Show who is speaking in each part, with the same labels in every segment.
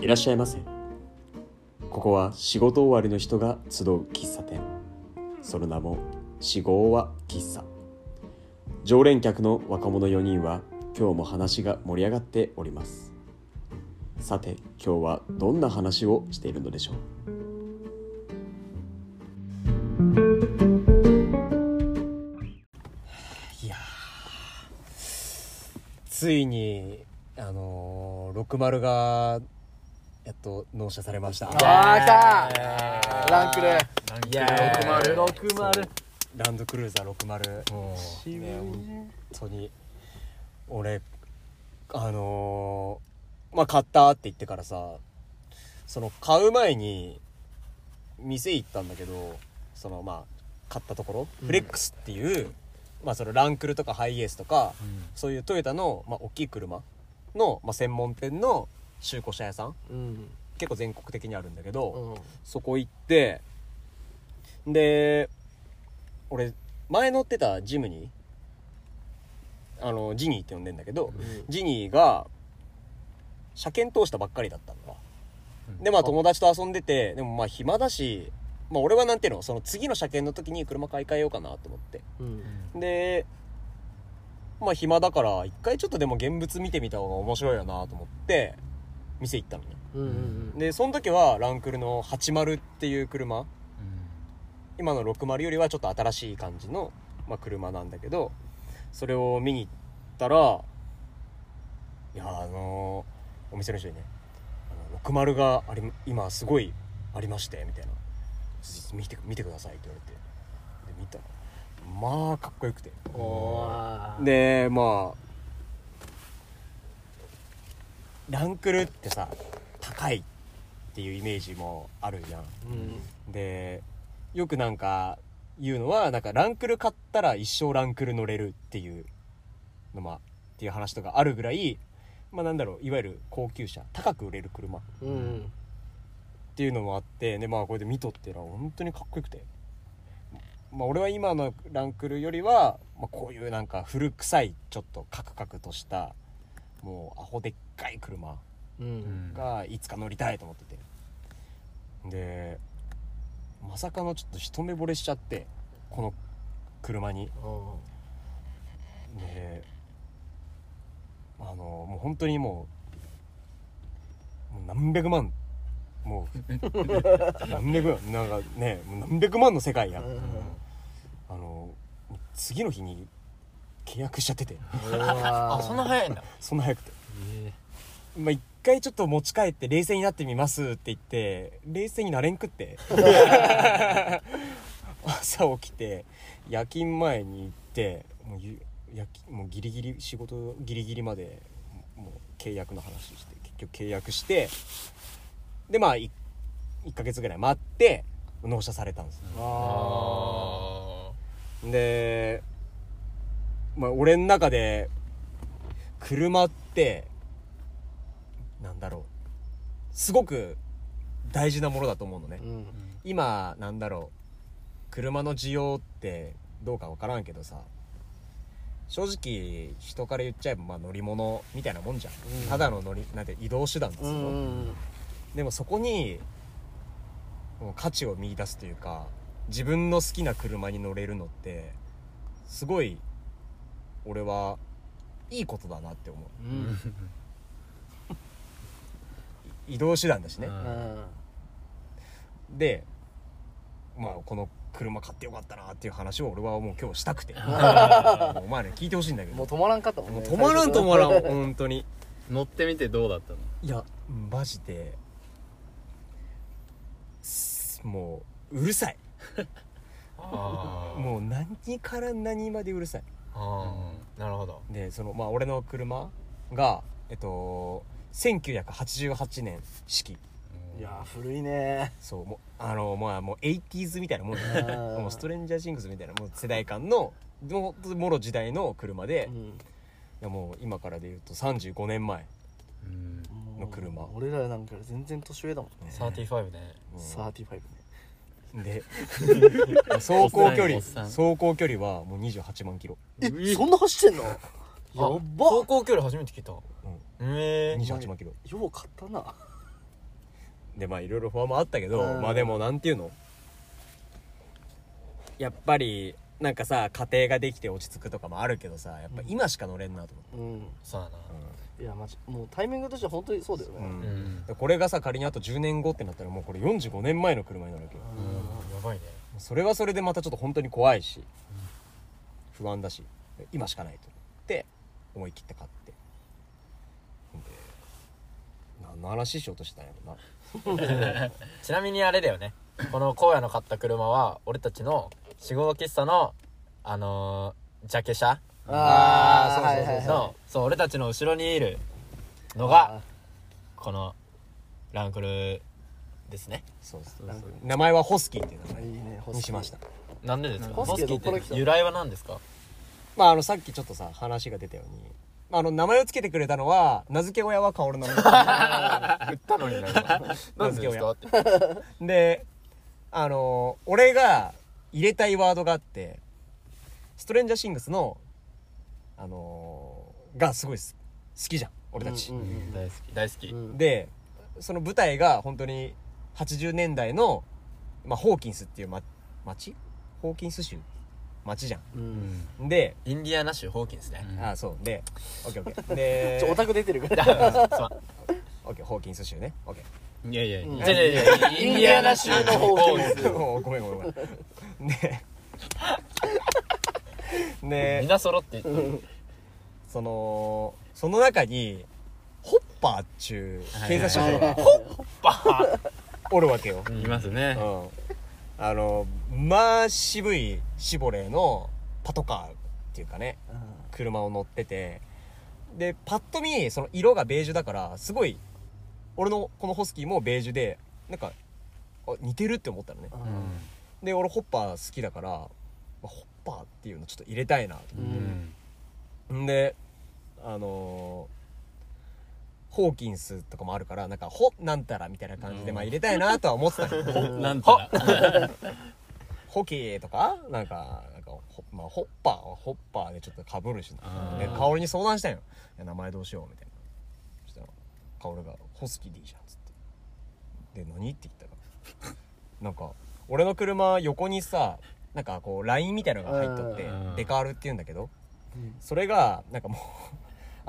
Speaker 1: いらっしゃいませここは仕事終わりの人が集う喫茶店その名も四号は喫茶常連客の若者4人は今日も話が盛り上がっておりますさて今日はどんな話をしているのでしょう
Speaker 2: いやーついにあのー、60がやっと納車されました
Speaker 3: あー来たランクで
Speaker 2: いやー
Speaker 3: 60
Speaker 2: ランドクルーザー60ね本当に俺あのー、まあ買ったって言ってからさその買う前に店行ったんだけどそのまあ買ったところ、フレックスっていう、まあ、そのランクルとかハイエースとか、そういうトヨタの、まあ、大きい車の、まあ、専門店の中古車屋さん
Speaker 3: うん
Speaker 2: 結構全国的にあるんだけど、
Speaker 3: うん
Speaker 2: そこ行ってで俺前乗ってたジムニーあのジニーって呼んでんだけど、ジニーが車検通したばっかりだったのか、でまあ友達と遊んでてでもまあ暇だし、まあ、俺はなんていうのその次の車検の時に車買い替えようかなと思って
Speaker 3: うん
Speaker 2: でまあ暇だから一回ちょっとでも現物見てみた方が面白いよなと思って店行ったのね
Speaker 3: うんうん
Speaker 2: でその時はランクルの80っていう車今の60よりはちょっと新しい感じの、まあ、車なんだけどそれを見に行ったらいやあのーお店の人にね「あの60があり今すごいありまして」みたいな「見て見てください」って言われてで見たらまあかっこよくて
Speaker 3: おー
Speaker 2: でまあランクルってさ高いっていうイメージもあるじゃん
Speaker 3: うん
Speaker 2: でよくなんか言うのはなんかランクル買ったら一生ランクル乗れるっていうのまあっていう話とかあるぐらいまあなんだろういわゆる高級車高く売れる車っ
Speaker 3: うん
Speaker 2: ていうのもあってでまあこれで見とってら本当にかっこよくてまあ俺は今のランクルよりは、まあ、こういうなんか古臭いちょっとカクカクとしたもうアホでっかい車
Speaker 3: うん
Speaker 2: がいつか乗りたいと思っててでまさかのちょっと一目惚れしちゃってこの車に
Speaker 3: お
Speaker 2: であのもう本当にもうもう何百万もう何百万なんかねもう何百万の世界やん、
Speaker 3: うん
Speaker 2: あの次の日に契約しちゃってて
Speaker 3: あ
Speaker 4: あそんな早いんだ
Speaker 2: そんな早くてまあ、一回ちょっと持ち帰って冷静になってみますって言って冷静になれんくって 朝起きて夜勤前に行ってもうゆ夜勤もうギリギリ仕事ギリギリまでもう契約の話して結局契約してでまあ 1, ヶ月ぐらい待って納車されたんですよ
Speaker 3: あ
Speaker 2: で、まあ、俺の中で車ってなんだろうすごく大事なものだと思うのね、
Speaker 3: うん
Speaker 2: 今なんだろう車の需要ってどうか分からんけどさ正直人から言っちゃえばまあ乗り物みたいなもんじゃん、
Speaker 3: うん
Speaker 2: ただの乗りなんて移動手段です
Speaker 3: う
Speaker 2: よ、
Speaker 3: ん
Speaker 2: でもそこにもう価値を見出すというか自分の好きな車に乗れるのってすごい俺はいいことだなって思う
Speaker 3: うん
Speaker 2: 移動手段だしね、
Speaker 3: うん
Speaker 2: でまあこの車買ってよかったなっていう話を俺はもう今日したくてお前ら聞いてほしいんだけど
Speaker 3: もう
Speaker 2: も
Speaker 3: 止まらんかったもん
Speaker 2: う
Speaker 3: ね
Speaker 2: 止まらん止まらん
Speaker 3: 最初の
Speaker 2: 本当に
Speaker 4: 乗ってみてどうだったの
Speaker 2: いやマジですもううるさい
Speaker 4: あー
Speaker 2: もう何から何までうるさい
Speaker 4: あーなるほど
Speaker 2: でそのまあ俺の車がえっと1988年式
Speaker 3: いや古いね
Speaker 2: そうもうあのまあもう 80s みたいなもんだね
Speaker 3: うん
Speaker 2: もうストレンジャーシングスみたいなもう世代間のもうもろ時代の車で
Speaker 3: う、
Speaker 2: い
Speaker 3: ん
Speaker 2: やもう今からで言うと35年前
Speaker 4: うん
Speaker 3: もう
Speaker 2: の車
Speaker 3: 俺らなんかより全然年上だもんね
Speaker 4: 35ね
Speaker 3: 35ね
Speaker 2: で走行距
Speaker 4: お
Speaker 2: 離
Speaker 4: っさん
Speaker 2: 走行距離はもう28万キロ
Speaker 3: えそんな走ってんのや
Speaker 4: あ
Speaker 3: っば
Speaker 4: 走行距離初めて聞いた
Speaker 2: ん
Speaker 4: ええ
Speaker 2: 28万キロ
Speaker 3: よう買ったな
Speaker 2: でまあいろいろ不安もあったけど、
Speaker 3: うん
Speaker 2: まあでもなんていうのやっぱりなんかさ家庭ができて落ち着くとかもあるけどさやっぱ今しか乗れんなと思って、
Speaker 3: うん
Speaker 4: そうや
Speaker 3: いやマジもうタイミングとしては本当にそうだよね、
Speaker 2: うん
Speaker 4: なうん
Speaker 2: これがさ仮にあと10年後ってなったらもうこれ45年前の車になるわけよ
Speaker 4: うんやばいね
Speaker 2: それはそれでまたちょっと本当に怖いし不安だし今しかないと思って思い切って買ってほんで何の話しようとしてたんやろな
Speaker 4: ちなみにあれだよねこの荒野の買った車は俺たちの四号喫茶のあのー、ジャケ車
Speaker 3: あー
Speaker 4: ーそうそうそうそう、
Speaker 3: はいはい
Speaker 4: そう俺たちの後ろにいるのがこのランクルですね
Speaker 2: そうそうそう名前はホスキーっていう名
Speaker 3: あー
Speaker 2: 前
Speaker 3: いいね欲
Speaker 2: にしました
Speaker 4: なんでですか
Speaker 3: ホスキー
Speaker 4: ホスキ
Speaker 3: どっから
Speaker 4: ーっ
Speaker 3: 来た
Speaker 4: て
Speaker 3: の
Speaker 4: 由来は何ですか
Speaker 2: まああのさっきちょっとさ話が出たようにまああの名前を付けてくれたのは名付け親は薫の名前
Speaker 4: 売ったのに な
Speaker 2: なんでですか
Speaker 4: って
Speaker 2: であの俺が入れたいワードがあってストレンジャーシングスのあのがすごいす好きじゃん俺たち、
Speaker 3: うんうん
Speaker 4: 大好き大好き、
Speaker 3: うんうん
Speaker 2: でその舞台が本当に80年代の、まあ、ホーキンスっていう、ま、町ホーキンス州町じゃ
Speaker 3: うん
Speaker 2: んで、
Speaker 4: インディアナ州ホーキンスね、
Speaker 2: あそうでオッケーオッ ケー
Speaker 3: ちょオ
Speaker 2: で
Speaker 3: タク出てるから
Speaker 4: すま
Speaker 2: オッケーホーキンス州ねオッケー
Speaker 4: んいやいやい
Speaker 3: うん
Speaker 4: やいやいやいやインディアナ州のホー キンス
Speaker 2: おごめんごめんごめんね
Speaker 4: みん
Speaker 2: ね
Speaker 4: な揃って言ってる
Speaker 2: そのその中にホッパーっちゅう警察署長が
Speaker 4: バー
Speaker 2: おるわけよ、
Speaker 4: いますね
Speaker 2: うん、あのまあ渋いシボレーのパトカーっていうかね車を乗っててでパッと見その色がベージュだからすごい俺のこのホスキーもベージュでなんかあ似てるって思ったのね
Speaker 3: うん
Speaker 2: で俺ホッパー好きだからまあホッパーっていうのちょっと入れたいなと
Speaker 3: う
Speaker 4: うんん
Speaker 2: んであのーホーキンスとかもあるからなんか「ホなんたら」みたいな感じで、
Speaker 4: うん
Speaker 2: まあ入れたいなとは思ってたけど
Speaker 3: うん
Speaker 4: なんと
Speaker 2: ホキーとかなんかなんかホ,、まあ、ホッパーはホッパーでちょっとかぶるし
Speaker 4: あ
Speaker 2: で
Speaker 4: ー
Speaker 2: 薫に相談したんよいや名前どうしようみたいなそしたら薫が「ホスキーでいいじゃん」っつって「で何?」って言ったらなんか俺の車横にさなんかこうラインみたいなのが入っとって
Speaker 4: うん
Speaker 2: デカールって言うんだけどそれがなんかもう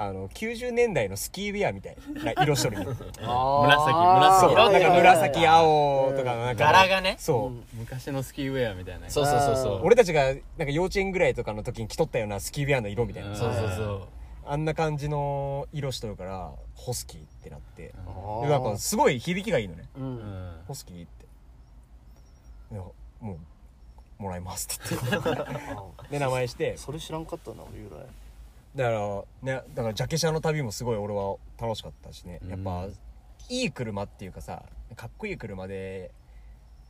Speaker 2: あの90年代のスキーウェアみたいな色しとるの
Speaker 4: 紫
Speaker 2: そうなん
Speaker 4: 色
Speaker 2: か紫
Speaker 3: を
Speaker 2: 青とかのなんか
Speaker 4: 柄がね
Speaker 2: そう
Speaker 4: 昔のスキーウェアみたいな
Speaker 3: うそうそうそう
Speaker 2: 俺たちがなんか幼稚園ぐらいとかの時に着とったようなスキーウェアの色みたいな、
Speaker 4: うんそうそうそう
Speaker 2: あんな感じの色しとるからホスキーってなって
Speaker 3: あ
Speaker 2: で
Speaker 3: ー
Speaker 2: なんかすごい響きがいいのね
Speaker 3: う
Speaker 4: うんん
Speaker 2: ホスキーっていやもうもらいますって 言ってで名前して
Speaker 3: それ知らんかったな俺由来
Speaker 2: だからねだからジャケ写の旅もすごい俺は楽しかったしねやっぱ
Speaker 4: うん
Speaker 2: いい車っていうかさかっこいい車で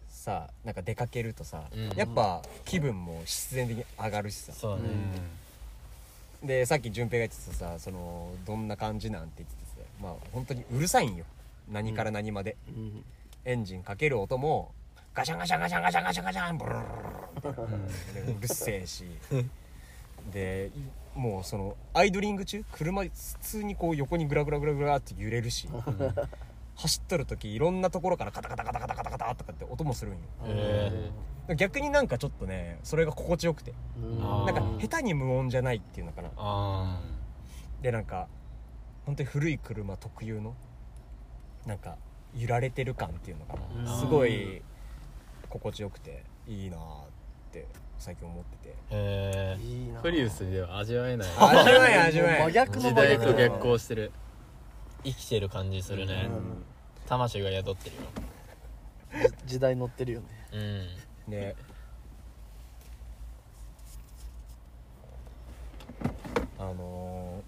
Speaker 2: さなんか出かけるとさ、
Speaker 4: うん
Speaker 2: やっぱ気分も必然的に上がるしさ
Speaker 4: そうね
Speaker 2: でさっき順平が言ってたさそのどんな感じなんて言っててさまあ本当にうるさいんよ何から何まで、
Speaker 3: うん
Speaker 2: エンジンかける音もガシャンガシャンガシャンガシャンガシャンガシャンブルルルルルルうるせえしでもうそのアイドリング中車普通にこう横にグラグラグラグラって揺れるし走っとる時いろんなところからカタカタカタカタカタカタとかって音もするんよ
Speaker 4: え
Speaker 2: 逆になんかちょっとねそれが心地よくて
Speaker 3: うん
Speaker 4: あー
Speaker 2: なんか下手に無音じゃないっていうのかな
Speaker 4: あ
Speaker 2: でなんか本当に古い車特有のなんか揺られてる感っていうのかな
Speaker 4: うん
Speaker 2: すごい心地よくていいなーって最近思 ってて
Speaker 4: へえ
Speaker 3: いいな
Speaker 4: プリウスでは味わえ ない
Speaker 2: 味わえ味わ
Speaker 3: もう真
Speaker 2: え
Speaker 3: 逆の
Speaker 4: 時
Speaker 3: 真
Speaker 4: 代
Speaker 3: 逆
Speaker 4: と
Speaker 3: だ
Speaker 4: 逆
Speaker 3: な
Speaker 4: 行してる生きてる感じするね
Speaker 3: うん
Speaker 4: 魂が宿ってるよ
Speaker 3: 時代乗ってるよね
Speaker 4: うん
Speaker 2: ねあの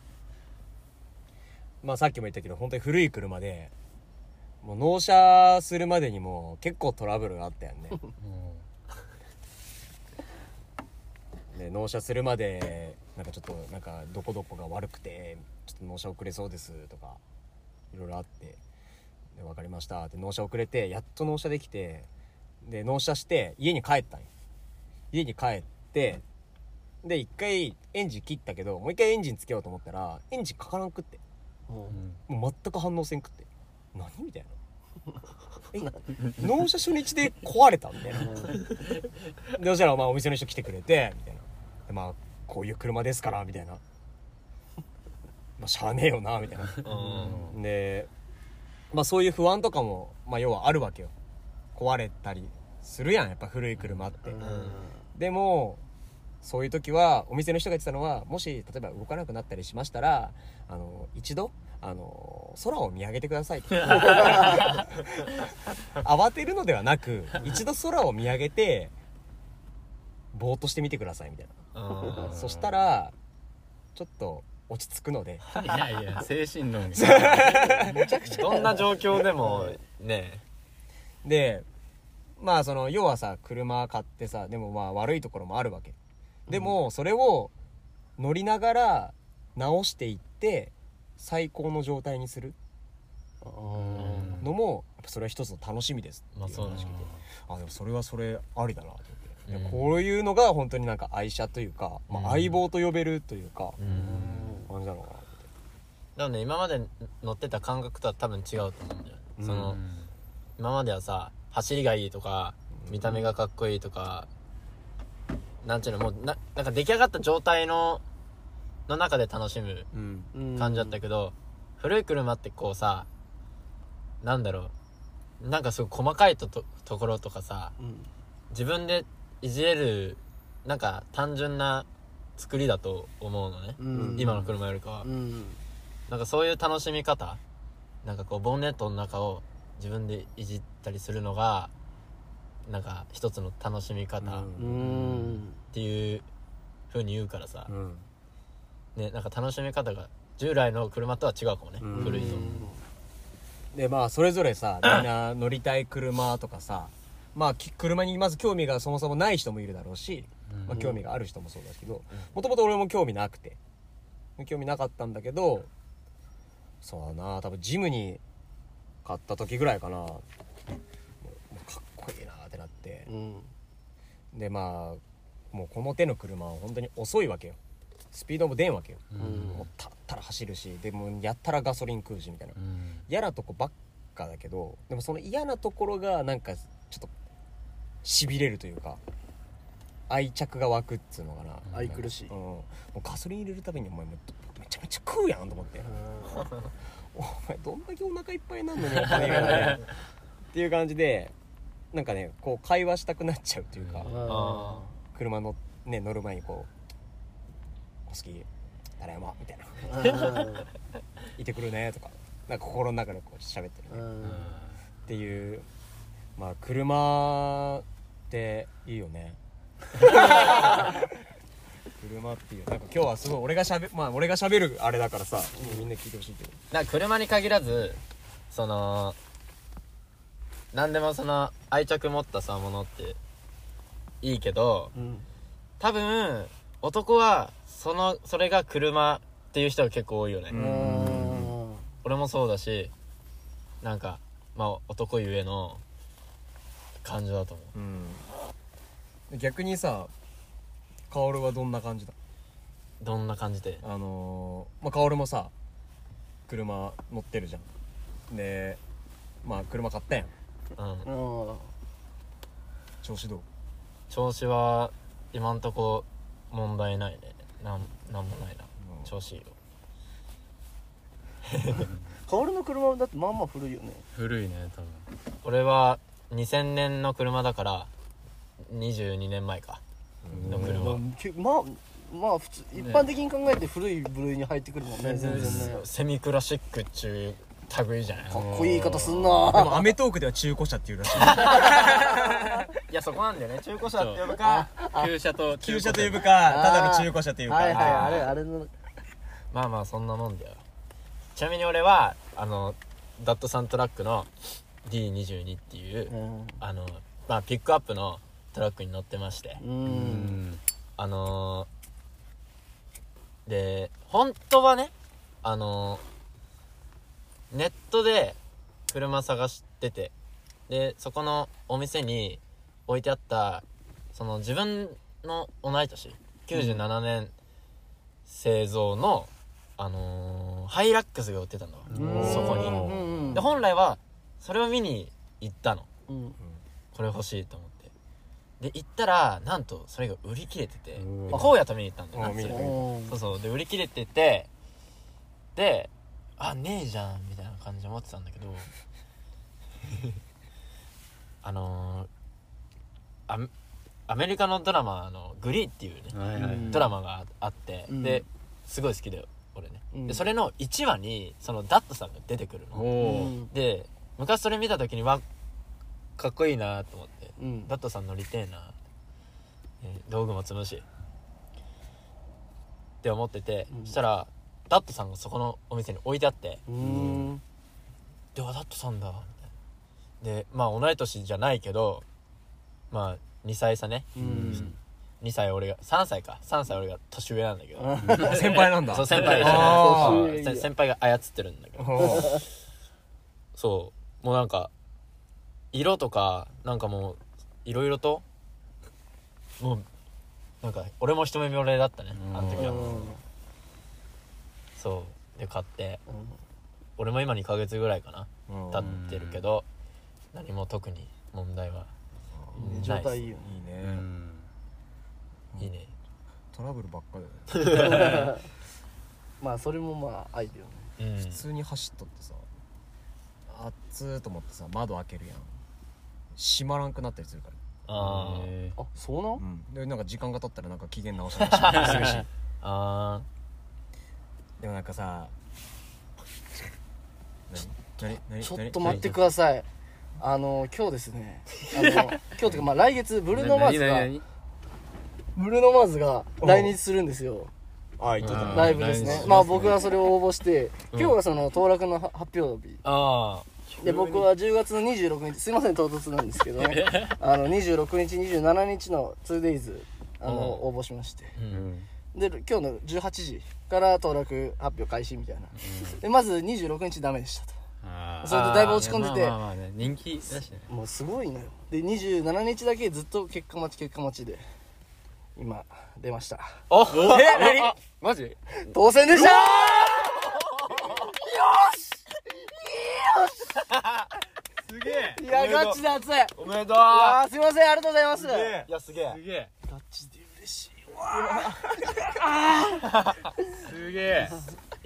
Speaker 2: ーまあさっきも言ったけど本当に古い車でもう納車するまでにも結構トラブルがあったよねで納車するまでなんかちょっとなんかどこどこが悪くてちょっと納車遅れそうですとかいろいろあってで分かりましたって納車遅れてやっと納車できてで納車して家に帰ったんよ家に帰ってで一回エンジン切ったけどもう一回エンジンつけようと思ったらエンジンかからんくって
Speaker 3: も
Speaker 2: もう全く反応せんくって何みたいな納車初日で壊れたみたいなでそしたらまあお店の人来てくれてみたいなでまあこういう車ですからみたいな まあしゃあねえよなみたいな
Speaker 4: うん
Speaker 2: で、まあ、そういう不安とかも、まあ、要はあるわけよ壊れたりするやんやっぱ古い車って、でもそういう時はお店の人が言ってたのはもし例えば動かなくなったりしましたらあの一度あの空を見上げてくださいと 慌てるのではなく一度空を見上げてぼーっとしてみてくださいみたいなそしたらちょっと落ち着くので
Speaker 5: いやいや精神論
Speaker 4: どんな状況でもね
Speaker 2: でまあその要はさ車買ってさでもまあ悪いところもあるわけでもそれを乗りながら直していって最高の状態にするのもやっぱそれは一つの楽しみですってい
Speaker 4: まあそうだね
Speaker 2: 話聞いてあでもそれはそれありだなと思って、
Speaker 4: うん
Speaker 2: こういうのが本当になんか愛車というか、まあ、相棒と呼べるというか、
Speaker 4: うん
Speaker 2: 感じなのかな
Speaker 4: でもね今まで乗ってた感覚とは多分違うと思うんだよねその今まではさ走りがいいとか見た目がかっこいいとかなんちゅうのもうななんか出来上がった状態のの中で楽しむ
Speaker 2: うん
Speaker 4: 感じだった
Speaker 3: け
Speaker 4: けど、古い車ってこうさなんだろうなんかすごい細かいととところとかさ
Speaker 3: ど、うん
Speaker 4: 自分でいじれるなんか単純な作りだと思うのね、
Speaker 3: うん
Speaker 4: 今の車よりかは、
Speaker 3: うん
Speaker 4: なんかそういう楽しみ方なんかこうボンネットの中を自分でいじったりするのがなんか一つの楽しみ方っ
Speaker 3: うん
Speaker 4: ていう風に言うからさ
Speaker 2: う、ん
Speaker 4: ねなんか楽しみ方が従来の車とは違うかもね、
Speaker 2: うん
Speaker 4: 古いと、
Speaker 2: でまあそれぞれさみんな乗りたい車とかさまあき車にまず興味がそもそもない人もいるだろうし、まあ、興味がある人もそうだけどもともと俺も興味なくて興味なかったんだけどそうだな多分ジムに買った時ぐらいかなもうもうかっこいいなってなって
Speaker 3: うん
Speaker 2: でまあもうこの手の車は本当に遅いわけよスピードも出んわけよもうたったら走るしでもやったらガソリン食うしみたいな嫌なとこばっかだけどでもその嫌なところがなんかちょっとしびれるというか愛着が湧くっつうのかな
Speaker 3: 愛くるしい
Speaker 2: うん、もうガソリン入れるたびにお前もうめちゃめちゃ食うやんと思って、お前どんだけお腹いっぱいなんのにお金がない っていう感じでなんかねこう会話したくなっちゃうというか、
Speaker 4: あ
Speaker 2: 車のね乗る前にこう「お好きただいま」みたいな「いてくるね」とかなんか心の中でこう喋ってるねっていうまあ車っていいよね車っていうなんか今日はすごい俺がしゃべまあ俺がしゃべるあれだからさ、みんな聞いてほしいけど
Speaker 4: なんか車に限らずその何でもその愛着持ったさものっていいけど多分男はそのそれが車っていう人が結構多いよね、俺もそうだしなんかまあ男ゆえの感情だと思
Speaker 2: うん逆にさ薫はどんな感じだ
Speaker 4: うどんな感じで
Speaker 2: あのー、まあ薫もさ車乗ってるじゃんでまあ車買ったやん
Speaker 4: うん
Speaker 2: 調子どう
Speaker 4: 調子は今んとこ問題ないねなんなんもないな
Speaker 2: うん
Speaker 4: 調子いいよ
Speaker 3: 薫の車だってまあまあ古いよね
Speaker 5: 古いね多分
Speaker 4: 俺は2000年の車だから22年前かの車
Speaker 3: まあまあ普通一般的に考えて古い部類に入ってくるもんね全然ね
Speaker 4: セミクラシックっちゅう類いじゃない
Speaker 3: かっこいい言い方す
Speaker 2: で
Speaker 3: んな
Speaker 2: も『アメトーク』では 中古車っていうらしい
Speaker 4: いやそこなんだよね中古車って呼ぶか
Speaker 5: 旧車と
Speaker 2: 旧車と呼ぶか
Speaker 3: ー
Speaker 2: ただの中古車というか
Speaker 3: はいはいあれあれの
Speaker 4: まあまあそんなもんだよちなみに俺はあのダットサントラックの D22 っていう、
Speaker 3: うん
Speaker 4: あのまあピックアップのトラックに乗ってまして、
Speaker 3: うん
Speaker 4: あのーで本当はねあのーネットで車探しててでそこのお店に置いてあったその自分の同い年97年製造の、あのーハイラックスが売ってたの、そこに
Speaker 3: うん
Speaker 4: で本来はそれを見に行ったの
Speaker 3: うん
Speaker 4: これ欲しいと思ってで行ったらなんとそれが売り切れてて
Speaker 2: うん
Speaker 4: で荒野と見に行ったんだよ
Speaker 2: うん
Speaker 4: な
Speaker 2: 見
Speaker 4: そ
Speaker 2: に
Speaker 4: れ
Speaker 2: 行っ
Speaker 3: うん
Speaker 4: そうそうで売り切れててであねえじゃんみたいな感じで思ってたんだけどあのーアメアメリカのドラマあの「グリー」っていうね、
Speaker 5: はいはい
Speaker 4: ドラマがあって、
Speaker 3: うん
Speaker 4: ですごい好きだよ俺ね、
Speaker 3: うん
Speaker 4: でそれの1話にそのダットさんが出てくるの
Speaker 5: お
Speaker 4: で昔それ見た時にわかっこいいなと思って
Speaker 3: うん
Speaker 4: ダットさん乗りてえな、えー道具も積むしって思ってて、
Speaker 3: うん
Speaker 4: そしたらダットさんがそこのお店に置いてあって
Speaker 3: うん
Speaker 4: 「ではダットさんだ」みたいなでまあ同い年じゃないけどまあ2歳差ね
Speaker 3: うん
Speaker 4: 2歳俺が3歳か3歳俺が年上なんだけど
Speaker 2: あ先輩なんだ
Speaker 4: そう先輩で
Speaker 2: あ
Speaker 3: ー
Speaker 4: せ先輩が操ってるんだけどそうもうなんか色とかなんかもういろいろともうなんか俺も一目惚れだったねあの時はそうで買って俺も今2ヶ月ぐらいかな
Speaker 2: うん
Speaker 4: 経ってるけど何も特に問題は
Speaker 3: うん状
Speaker 4: ない
Speaker 3: 態い
Speaker 4: で
Speaker 3: いよね
Speaker 2: いいうね
Speaker 5: ん
Speaker 4: すいいね
Speaker 2: トラブルばっかだよね
Speaker 3: まあそれもまあ愛だよね
Speaker 4: うん
Speaker 2: 普通に走っとってさあっつーと思ってさ窓開けるやん閉まらんくなったりするから
Speaker 4: あー
Speaker 5: え
Speaker 3: あそうなん
Speaker 2: うんでなんか時間が経ったらなんか機嫌直したり しまするし
Speaker 4: あ
Speaker 2: でもなんかさ何何
Speaker 3: ち
Speaker 2: 何
Speaker 3: ょっ
Speaker 2: 何
Speaker 3: と待ってくださいあの今日ですねあの今日というかまあ来月ブルーノマーズが
Speaker 5: 何
Speaker 3: ブルーノマーズが来日するんですよ
Speaker 2: あ言っとった
Speaker 5: うん
Speaker 3: ライブです
Speaker 5: 来日し
Speaker 3: ね
Speaker 5: ますね
Speaker 3: まあ僕はそれを応募して
Speaker 4: うん
Speaker 3: 今日がその当落のは発表日
Speaker 4: あ
Speaker 3: で僕は10月の26日すいません唐突なんですけどあの26日27日の 2days あの応募しまして
Speaker 4: ーうん
Speaker 3: で今日の18時から当落発表開始みたいなでまず26日ダメでしたと
Speaker 5: あー
Speaker 3: それでだいぶ落ち込んでて
Speaker 5: いやまあまあまあね人気だしね
Speaker 3: もうすごいのよで27日だけずっと結果待ち結果待ちで今出ました
Speaker 4: おえ何
Speaker 5: マジ
Speaker 3: 当選でした
Speaker 5: すげえ
Speaker 3: いやガチで熱いいや
Speaker 4: おめでとう
Speaker 3: ーすいませんありがとうございます
Speaker 4: いやすげえ
Speaker 5: すげえ
Speaker 3: ガチで嬉しい
Speaker 5: すげえ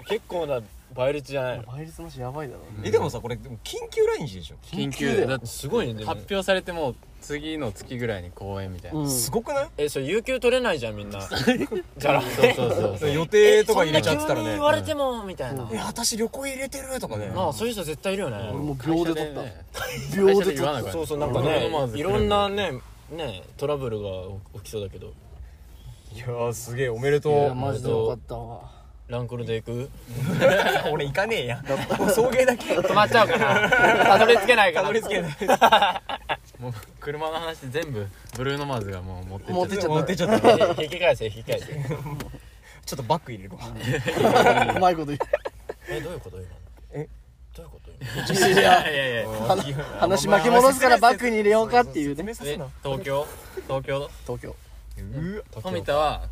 Speaker 4: 結構な倍率じゃないの
Speaker 3: 倍率マジやばいだろ
Speaker 2: えでもさこれでも緊急来日でしょ
Speaker 5: 緊急でだって
Speaker 4: すごいねでも
Speaker 5: 発表されてもう次の月ぐらいに公演みたいな、
Speaker 3: うん
Speaker 2: すごくない
Speaker 4: えそれ有給取れないじゃんみんなじゃら
Speaker 5: そうそうそう そう
Speaker 2: 予定とか入れちゃってたら
Speaker 4: そんな急に
Speaker 2: ね
Speaker 4: 言われてもみたいな、
Speaker 3: うん
Speaker 2: え私旅行入れてるとかね
Speaker 4: なあそういう人絶対いるよね、
Speaker 3: 俺も 秒で取った
Speaker 5: 秒
Speaker 3: 秒
Speaker 5: で
Speaker 3: で
Speaker 5: 言
Speaker 3: 取
Speaker 5: わな
Speaker 3: っ
Speaker 5: かったた
Speaker 4: そうそうなんかね
Speaker 5: 俺も
Speaker 4: いろんなねねトラブルが起きそうだけど
Speaker 2: いやーすげえおめでと
Speaker 3: いうやマジでよかったわ
Speaker 4: ランクルで行く
Speaker 2: 俺行かねえや送迎だけ
Speaker 4: 止まっちゃうかなたどり着けないか
Speaker 2: たど
Speaker 4: な
Speaker 2: り着 けない
Speaker 5: もう車の話全部ブルーノマーズがもう持ってっちゃ
Speaker 3: 持ってっちゃった
Speaker 2: 持ってっちゃった
Speaker 4: 引き返せ引き返せ
Speaker 2: ちょっとバッグ入れるわ
Speaker 3: うまいこと言
Speaker 4: えどういうこと今の
Speaker 2: え
Speaker 4: どういうこと
Speaker 3: ういや
Speaker 5: いやいやいや
Speaker 3: 話話巻き戻すからバッグに入れようかっていう
Speaker 2: 説
Speaker 3: ね
Speaker 2: 明させ
Speaker 5: え
Speaker 2: な
Speaker 5: 東京東京
Speaker 3: 東京
Speaker 2: うわ
Speaker 5: 富田は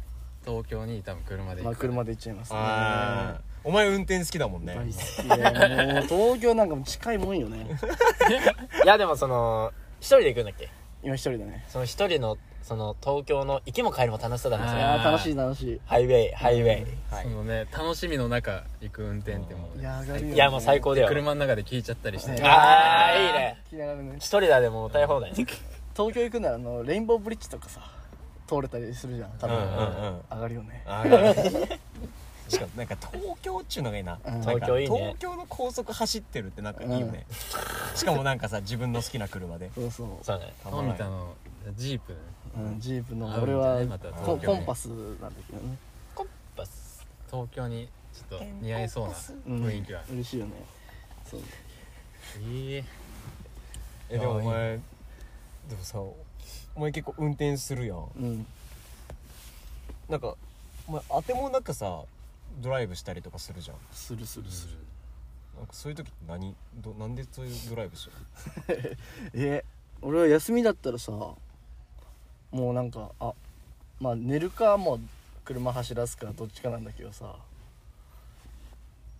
Speaker 5: 東京に多分車で
Speaker 3: ま
Speaker 5: 行
Speaker 3: あ
Speaker 5: く
Speaker 3: 車で行っちゃいますね
Speaker 2: あーお前運転好きだもんね
Speaker 3: 大好きでもう東京なんかも近いもんよね
Speaker 4: いやでもその一人で行くんだっけ
Speaker 3: 今一人だね
Speaker 4: その一人のその東京の行きも帰りも楽しそうだなそ
Speaker 3: い
Speaker 4: れ
Speaker 3: や
Speaker 5: あー
Speaker 3: ー楽しい楽しい
Speaker 4: ハイウェイハイウェイ
Speaker 5: そのね楽しみの中行く運転っても
Speaker 3: い
Speaker 5: うね
Speaker 3: や上がるよ、ね、
Speaker 4: いやもう最高だよ
Speaker 5: 車の中で聞いちゃったりして
Speaker 3: ね
Speaker 4: ああいいね
Speaker 3: 気になるね
Speaker 4: 一人だでも歌い放題
Speaker 3: 東京行くならあのレインボーブリッジとかさ通れたりするじゃん多
Speaker 2: うんう
Speaker 3: 分、
Speaker 2: んうん
Speaker 3: 上がるよね
Speaker 2: あーしかもなんか東京っちゅうのがいいな,、
Speaker 3: うん
Speaker 2: なんか
Speaker 4: 東京いいね
Speaker 2: 東京の高速走ってるってなんかいいよね、 しかもなんかさ自分の好きな車で
Speaker 3: そうそう、
Speaker 4: そうね
Speaker 2: たまら
Speaker 5: 富
Speaker 2: ない
Speaker 5: 田のジープね
Speaker 3: うん、ジープの
Speaker 5: 合うん
Speaker 3: 俺
Speaker 5: だね
Speaker 3: は
Speaker 5: また
Speaker 3: コ
Speaker 5: 東京
Speaker 3: コ
Speaker 5: ね
Speaker 3: ンパスなんだけどね
Speaker 4: バス
Speaker 5: 東京にちょっと似合いそうな
Speaker 3: うん
Speaker 5: 雰囲気は
Speaker 3: 嬉しいよねそう
Speaker 5: いい
Speaker 2: えでもお前でもさお前結構運転するやん
Speaker 3: うん
Speaker 2: なんかお前当てもなくさドライブしたりとかするじゃん
Speaker 3: するするする
Speaker 2: なんかそういう時って何どなんでそういうドライブしてる
Speaker 3: え俺は休みだったらさもうなんかあまあ寝るかもう車走らすかどっちかなんだけどさ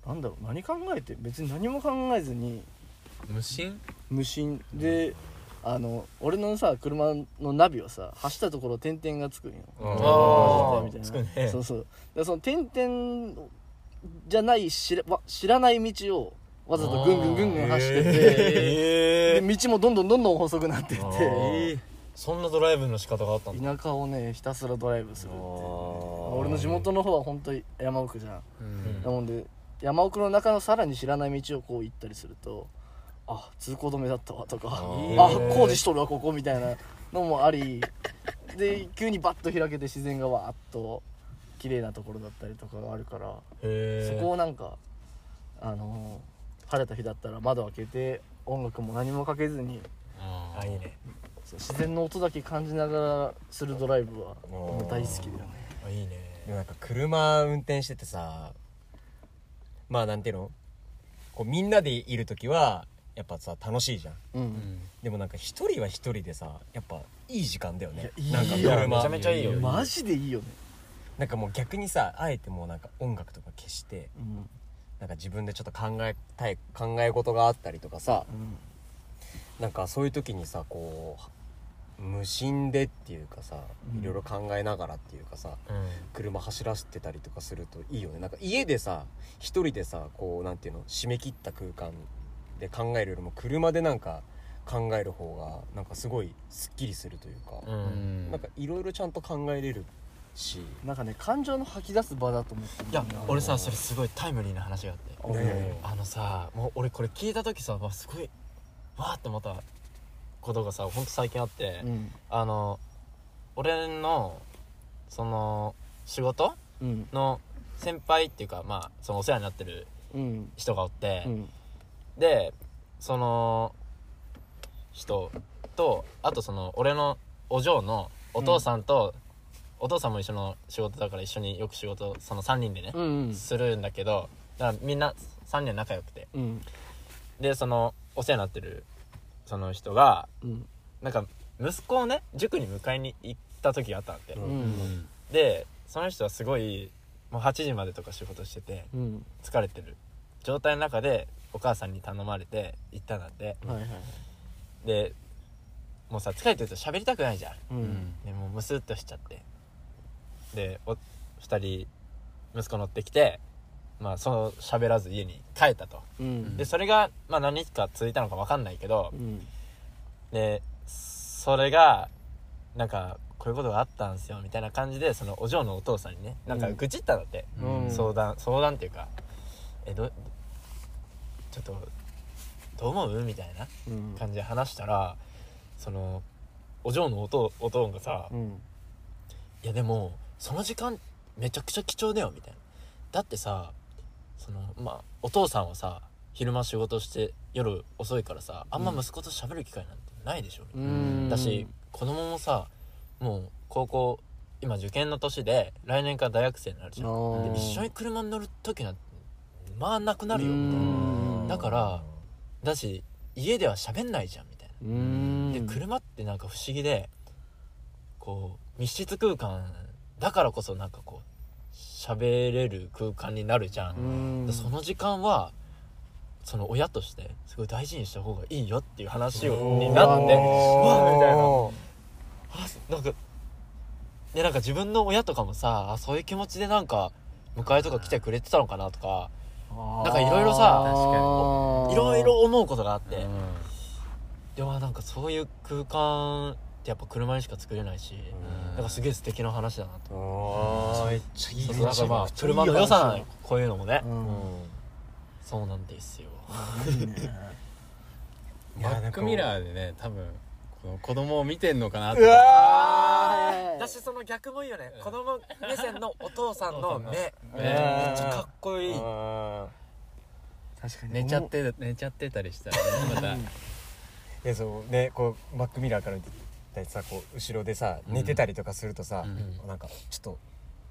Speaker 3: なんだろう何考えて別に何も考えずに
Speaker 5: 無心
Speaker 3: 無心であの俺のさ車のナビはさ走ったところ点々がつくんよ
Speaker 4: あー
Speaker 3: みたいな
Speaker 4: つくね
Speaker 3: そうそうでその点々じゃない知らわ知らない道をわざとぐんぐんぐんぐん走ってて、で道もどんどんどんどん細くなってって
Speaker 5: あ
Speaker 4: えーそんなドライブの仕方があったんだ
Speaker 3: 田舎をねひたすらドライブするっていうね俺の地元の方は本当に山奥じゃん
Speaker 5: うん
Speaker 3: なもんで山奥の中のさらに知らない道をこう行ったりするとあ通行止めだったわとかあ
Speaker 5: ー
Speaker 3: 工事しとるわここみたいなのもありで急にバッと開けて自然がわーっと綺麗なところだったりとかがあるから
Speaker 4: へ
Speaker 3: そ
Speaker 4: え
Speaker 3: こをなんかあのー晴れた日だったら窓開けて音楽も何もかけずに
Speaker 5: あ
Speaker 4: あいいね
Speaker 3: そう自然の音だけ感じながらするドライブはもう大好きだよね
Speaker 4: あいいね
Speaker 2: でもなんか車運転しててさまあなんていうのこうみんなでいる時はやっぱさ楽しいじゃん
Speaker 3: うん、
Speaker 2: でもなんか一人は一人でさやっぱいい時間だよね
Speaker 3: いや
Speaker 2: なんか
Speaker 3: いいよ
Speaker 2: 車
Speaker 4: めちゃめちゃいいよ
Speaker 3: マジでいいよね、
Speaker 2: なんかもう逆にさあえてもうなんか音楽とか消して
Speaker 3: うん
Speaker 2: なんか自分でちょっと考えたい考え事があったりとかさ
Speaker 3: うん
Speaker 2: なんかそういう時にさこう無心でっていうかさ
Speaker 3: うん
Speaker 2: いろいろ考えながらっていうかさ
Speaker 4: うん
Speaker 2: 車走らせてたりとかするといいよねなんか家でさ一人でさこうなんていうの締め切った空間で考えるよりも車でなんか考える方がなんかすごいすっきりするというか、
Speaker 4: うん
Speaker 5: うん
Speaker 2: なんかいろいろちゃんと考えれるし
Speaker 3: なんかね感情の吐き出す場だと思って
Speaker 4: いや俺さそれすごいタイムリーな話があって
Speaker 2: ねえ
Speaker 4: あのさもう俺これ聞いた時さわすごいわーってまたことがさほんと最近あって、
Speaker 3: うん
Speaker 4: あの俺のその仕事
Speaker 3: うん
Speaker 4: の先輩っていうかまあそのお世話になってる
Speaker 3: うん
Speaker 4: 人がおって、
Speaker 3: うん
Speaker 4: でその人とあとその俺のお嬢のお父さんと、お父さんも一緒の仕事だから一緒によく仕事その3人でね、
Speaker 3: うん
Speaker 4: するんだけどだからみんな3人仲良くて
Speaker 3: うん
Speaker 4: でそのお世話になってるその人が
Speaker 3: うん
Speaker 4: なんか息子をね塾に迎えに行った時があったんで、
Speaker 3: う
Speaker 2: うん
Speaker 5: ん
Speaker 4: でその人はすごいもう8時までとか仕事してて
Speaker 3: うん
Speaker 4: 疲れてる状態の中でお母さんに頼まれて行ったんだって
Speaker 3: はいはい
Speaker 4: でもうさ疲れてると喋りたくないじゃん
Speaker 3: う
Speaker 5: うんん
Speaker 4: でもうムスッとしちゃってでお2人息子乗ってきてまあその喋らず家に帰ったと
Speaker 3: うん
Speaker 4: でそれが、まあ、何日か続いたのか分かんないけど
Speaker 3: うん
Speaker 4: でそれがなんかこういうことがあったんですよみたいな感じでそのお嬢のお父さんにねなんか愚痴ったんだって、
Speaker 3: うん
Speaker 4: 相談相談っていうか「えどちょっとどう思う?」みたいな
Speaker 3: うん
Speaker 4: 感じで話したらそのお嬢のおとおとんがさ
Speaker 3: う
Speaker 4: 「
Speaker 3: ん
Speaker 4: いやでもその時間めちゃくちゃ貴重だよ」みたいな。だってさそのまあお父さんはさ昼間仕事して夜遅いからさあんま息子と喋る機会なんてないでしょ、
Speaker 3: う
Speaker 4: みたい
Speaker 3: ん
Speaker 4: なだし子供もさもう高校今受験の年で来年から大学生になるじゃん
Speaker 3: あ
Speaker 4: で
Speaker 3: ー
Speaker 4: 一緒に車に乗る時なんてまあなくなるよ
Speaker 3: う
Speaker 4: みたいなんだからだし家では喋んないじゃんみたいな
Speaker 3: うん
Speaker 4: で車ってなんか不思議でこう密室空間だからこそなんかこう喋れる空間になるじゃ、
Speaker 3: うんん
Speaker 4: でその時間はその親としてすごい大事にした方がいいよっていう話をになってうわみたいなあなんかでなんか自分の親とかもさあそういう気持ちでなんか迎えとか来てくれてたのかなとか
Speaker 3: なん
Speaker 4: かいろいろさ
Speaker 5: 確かに
Speaker 4: いろいろ思うことがあって、
Speaker 5: うん
Speaker 4: でもなんかそういう空間ってやっぱ車にしか作れないし、なんかすげえ素敵な話だなと、
Speaker 2: あーめっちゃいい
Speaker 4: そうそうなんかまあ
Speaker 2: めっちゃいい
Speaker 4: 車の良さなのよこういうのもね、
Speaker 3: うん
Speaker 4: そうなんですよ
Speaker 5: バックミラーでね多分この子供を見てんのかなと
Speaker 3: あ
Speaker 4: だしその逆もいいよね子供目線のお父さんの
Speaker 5: の目
Speaker 4: 目
Speaker 5: ね
Speaker 4: めっちゃかっこいい
Speaker 2: あ
Speaker 3: 確かに
Speaker 5: 寝ちゃって寝ちゃってたりしたらねまた
Speaker 2: ーいやそうねこうバックミラーから見てたりさこう後ろでさ
Speaker 5: ん
Speaker 2: 寝てたりとかするとさ、
Speaker 5: う
Speaker 2: なんかちょっと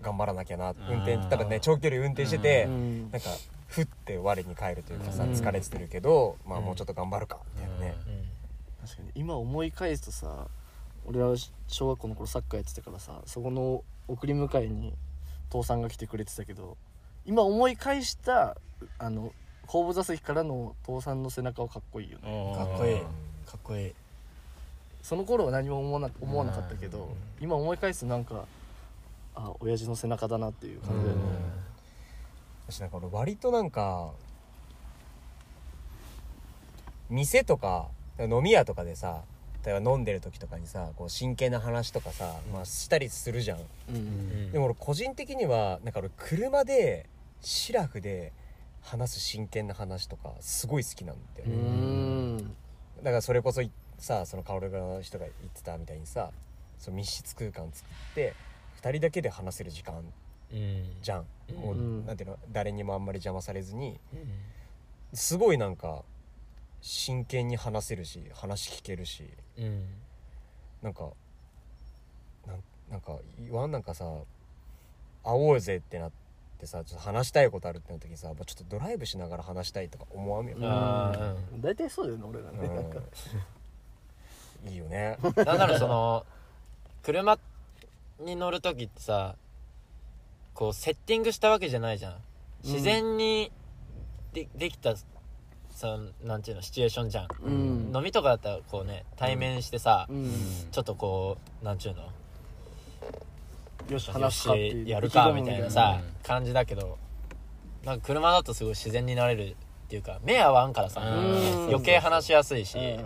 Speaker 2: 頑張らなきゃな
Speaker 5: ー
Speaker 2: 運転ただね長距離運転してて、
Speaker 3: うん
Speaker 2: なんかふって我に返るというかさ、
Speaker 3: うん
Speaker 2: 疲れててるけど、まあ
Speaker 4: うん
Speaker 2: もうちょっと頑張るかみたいなね、
Speaker 3: 確かに今思い返すとさ俺は小学校の頃サッカーやってたからさそこの送り迎えに父さんが来てくれてたけど今思い返したあの後部座席からの父さんの背中はかっこいいよね
Speaker 5: か
Speaker 4: かっこいいかっこいい
Speaker 3: その頃は何も思わな思わなかったけど、今思い返すとなんかあ親父の背中だなっていう感じだよね、
Speaker 2: 私なんか俺割となんか店とか飲み屋とかでさ例えば飲んでる時とかにさこう真剣な話とかさ、まあ、したりするじゃん、
Speaker 3: うん
Speaker 2: でも俺個人的にはなんか俺車でシラフで話す真剣な話とかすごい好きなんだよね、
Speaker 3: うん
Speaker 2: だからそれこそいさその薫の人が言ってたみたいにさその密室空間作って2人だけで話せる時間じゃん、もう、
Speaker 3: うん
Speaker 2: なんていうの誰にもあんまり邪魔されずにすごいなんか真剣に話せるし話聞けるしなんかなんなんか言わんなんかさ会おうぜってなってさちょっと話したいことあるってなった時にさやっぱちょっとドライブしながら話したいとか思わんよ、
Speaker 3: うん
Speaker 4: あ
Speaker 3: 大体そうだよね俺らね、
Speaker 2: うん
Speaker 3: なんか
Speaker 2: いいよね
Speaker 4: なんだろうその車に乗る時ってさこうセッティングしたわけじゃないじゃん自然にでできたさなんていうのシチュエーションじゃん、
Speaker 3: うん
Speaker 4: 飲みとかだったらこうね対面してさ、
Speaker 3: うん
Speaker 4: ちょっとこうなんちゅうの
Speaker 3: よし
Speaker 4: よ
Speaker 3: 話すかっていう
Speaker 4: しやるか
Speaker 3: 意気込む
Speaker 4: みたいな
Speaker 5: みた
Speaker 4: さ
Speaker 5: いな
Speaker 4: 感じだけどなんか車だとすごい自然になれるっていうか目合わんからさ
Speaker 5: うん
Speaker 4: 余計話しやすいし、
Speaker 3: うん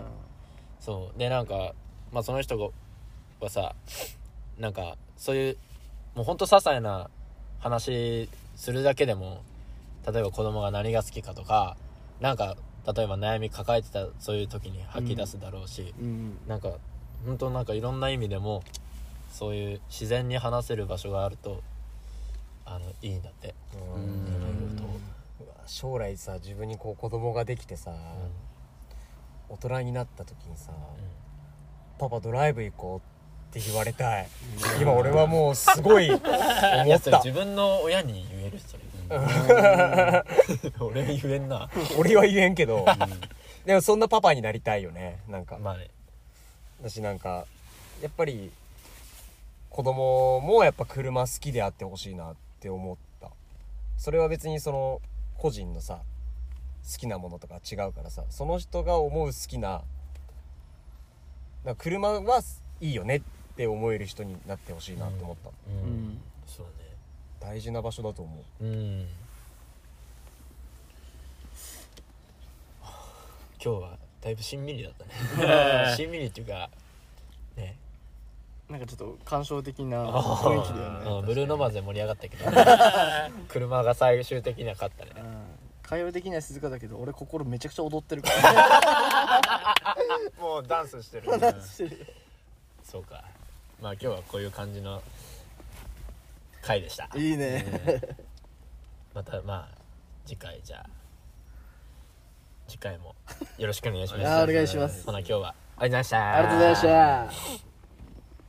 Speaker 4: そうでなんか、まあ、その人がはさなんかそういうもうほんと些細な話するだけでも例えば子供が何が好きかとかなんか例えば悩み抱えてたそういう時に吐き出すだろうし、
Speaker 3: うん
Speaker 4: なんか本当なんかいろんな意味でもそういう自然に話せる場所があるとあのいいんだって
Speaker 2: うんうわ将来さ自分にこう子供ができてさ、大人になった時にさ、パパドライブ行こうって言われたい今俺はもうすごい思っ
Speaker 4: いやそれ
Speaker 2: た
Speaker 4: 自分の親に言えるそれ、 俺言えん な
Speaker 2: 俺は言えんけど、でもそんなパパになりたいよねなんか、
Speaker 4: まあね
Speaker 2: 私なんかやっぱり子供もやっぱ車好きであってほしいなって思ったそれは別にその個人のさ好きなものとか違うからさその人が思う好きななんか車はいいよねって思える人になってほしいなって思った、
Speaker 4: う、
Speaker 3: うんん
Speaker 4: そうね
Speaker 2: 大事な場所だと思う
Speaker 4: うん今日はだいぶしんみりだ ったねしんみりっていうかね
Speaker 3: なんかちょっと感傷的な雰囲気だよね
Speaker 4: うんブルーノマーズで盛り上が ったけど車が最終的には勝ったね
Speaker 3: うん会話できない静かだけど俺心めちゃくちゃ踊ってるから
Speaker 4: もうダンスしてるそうかまあ今日はこういう感じの回でした
Speaker 3: いいね
Speaker 4: またまあ次回じゃあ次回もよろしくお願いします
Speaker 3: あーお願いします
Speaker 4: ほな今日はありがとうございました
Speaker 3: ありがとうございました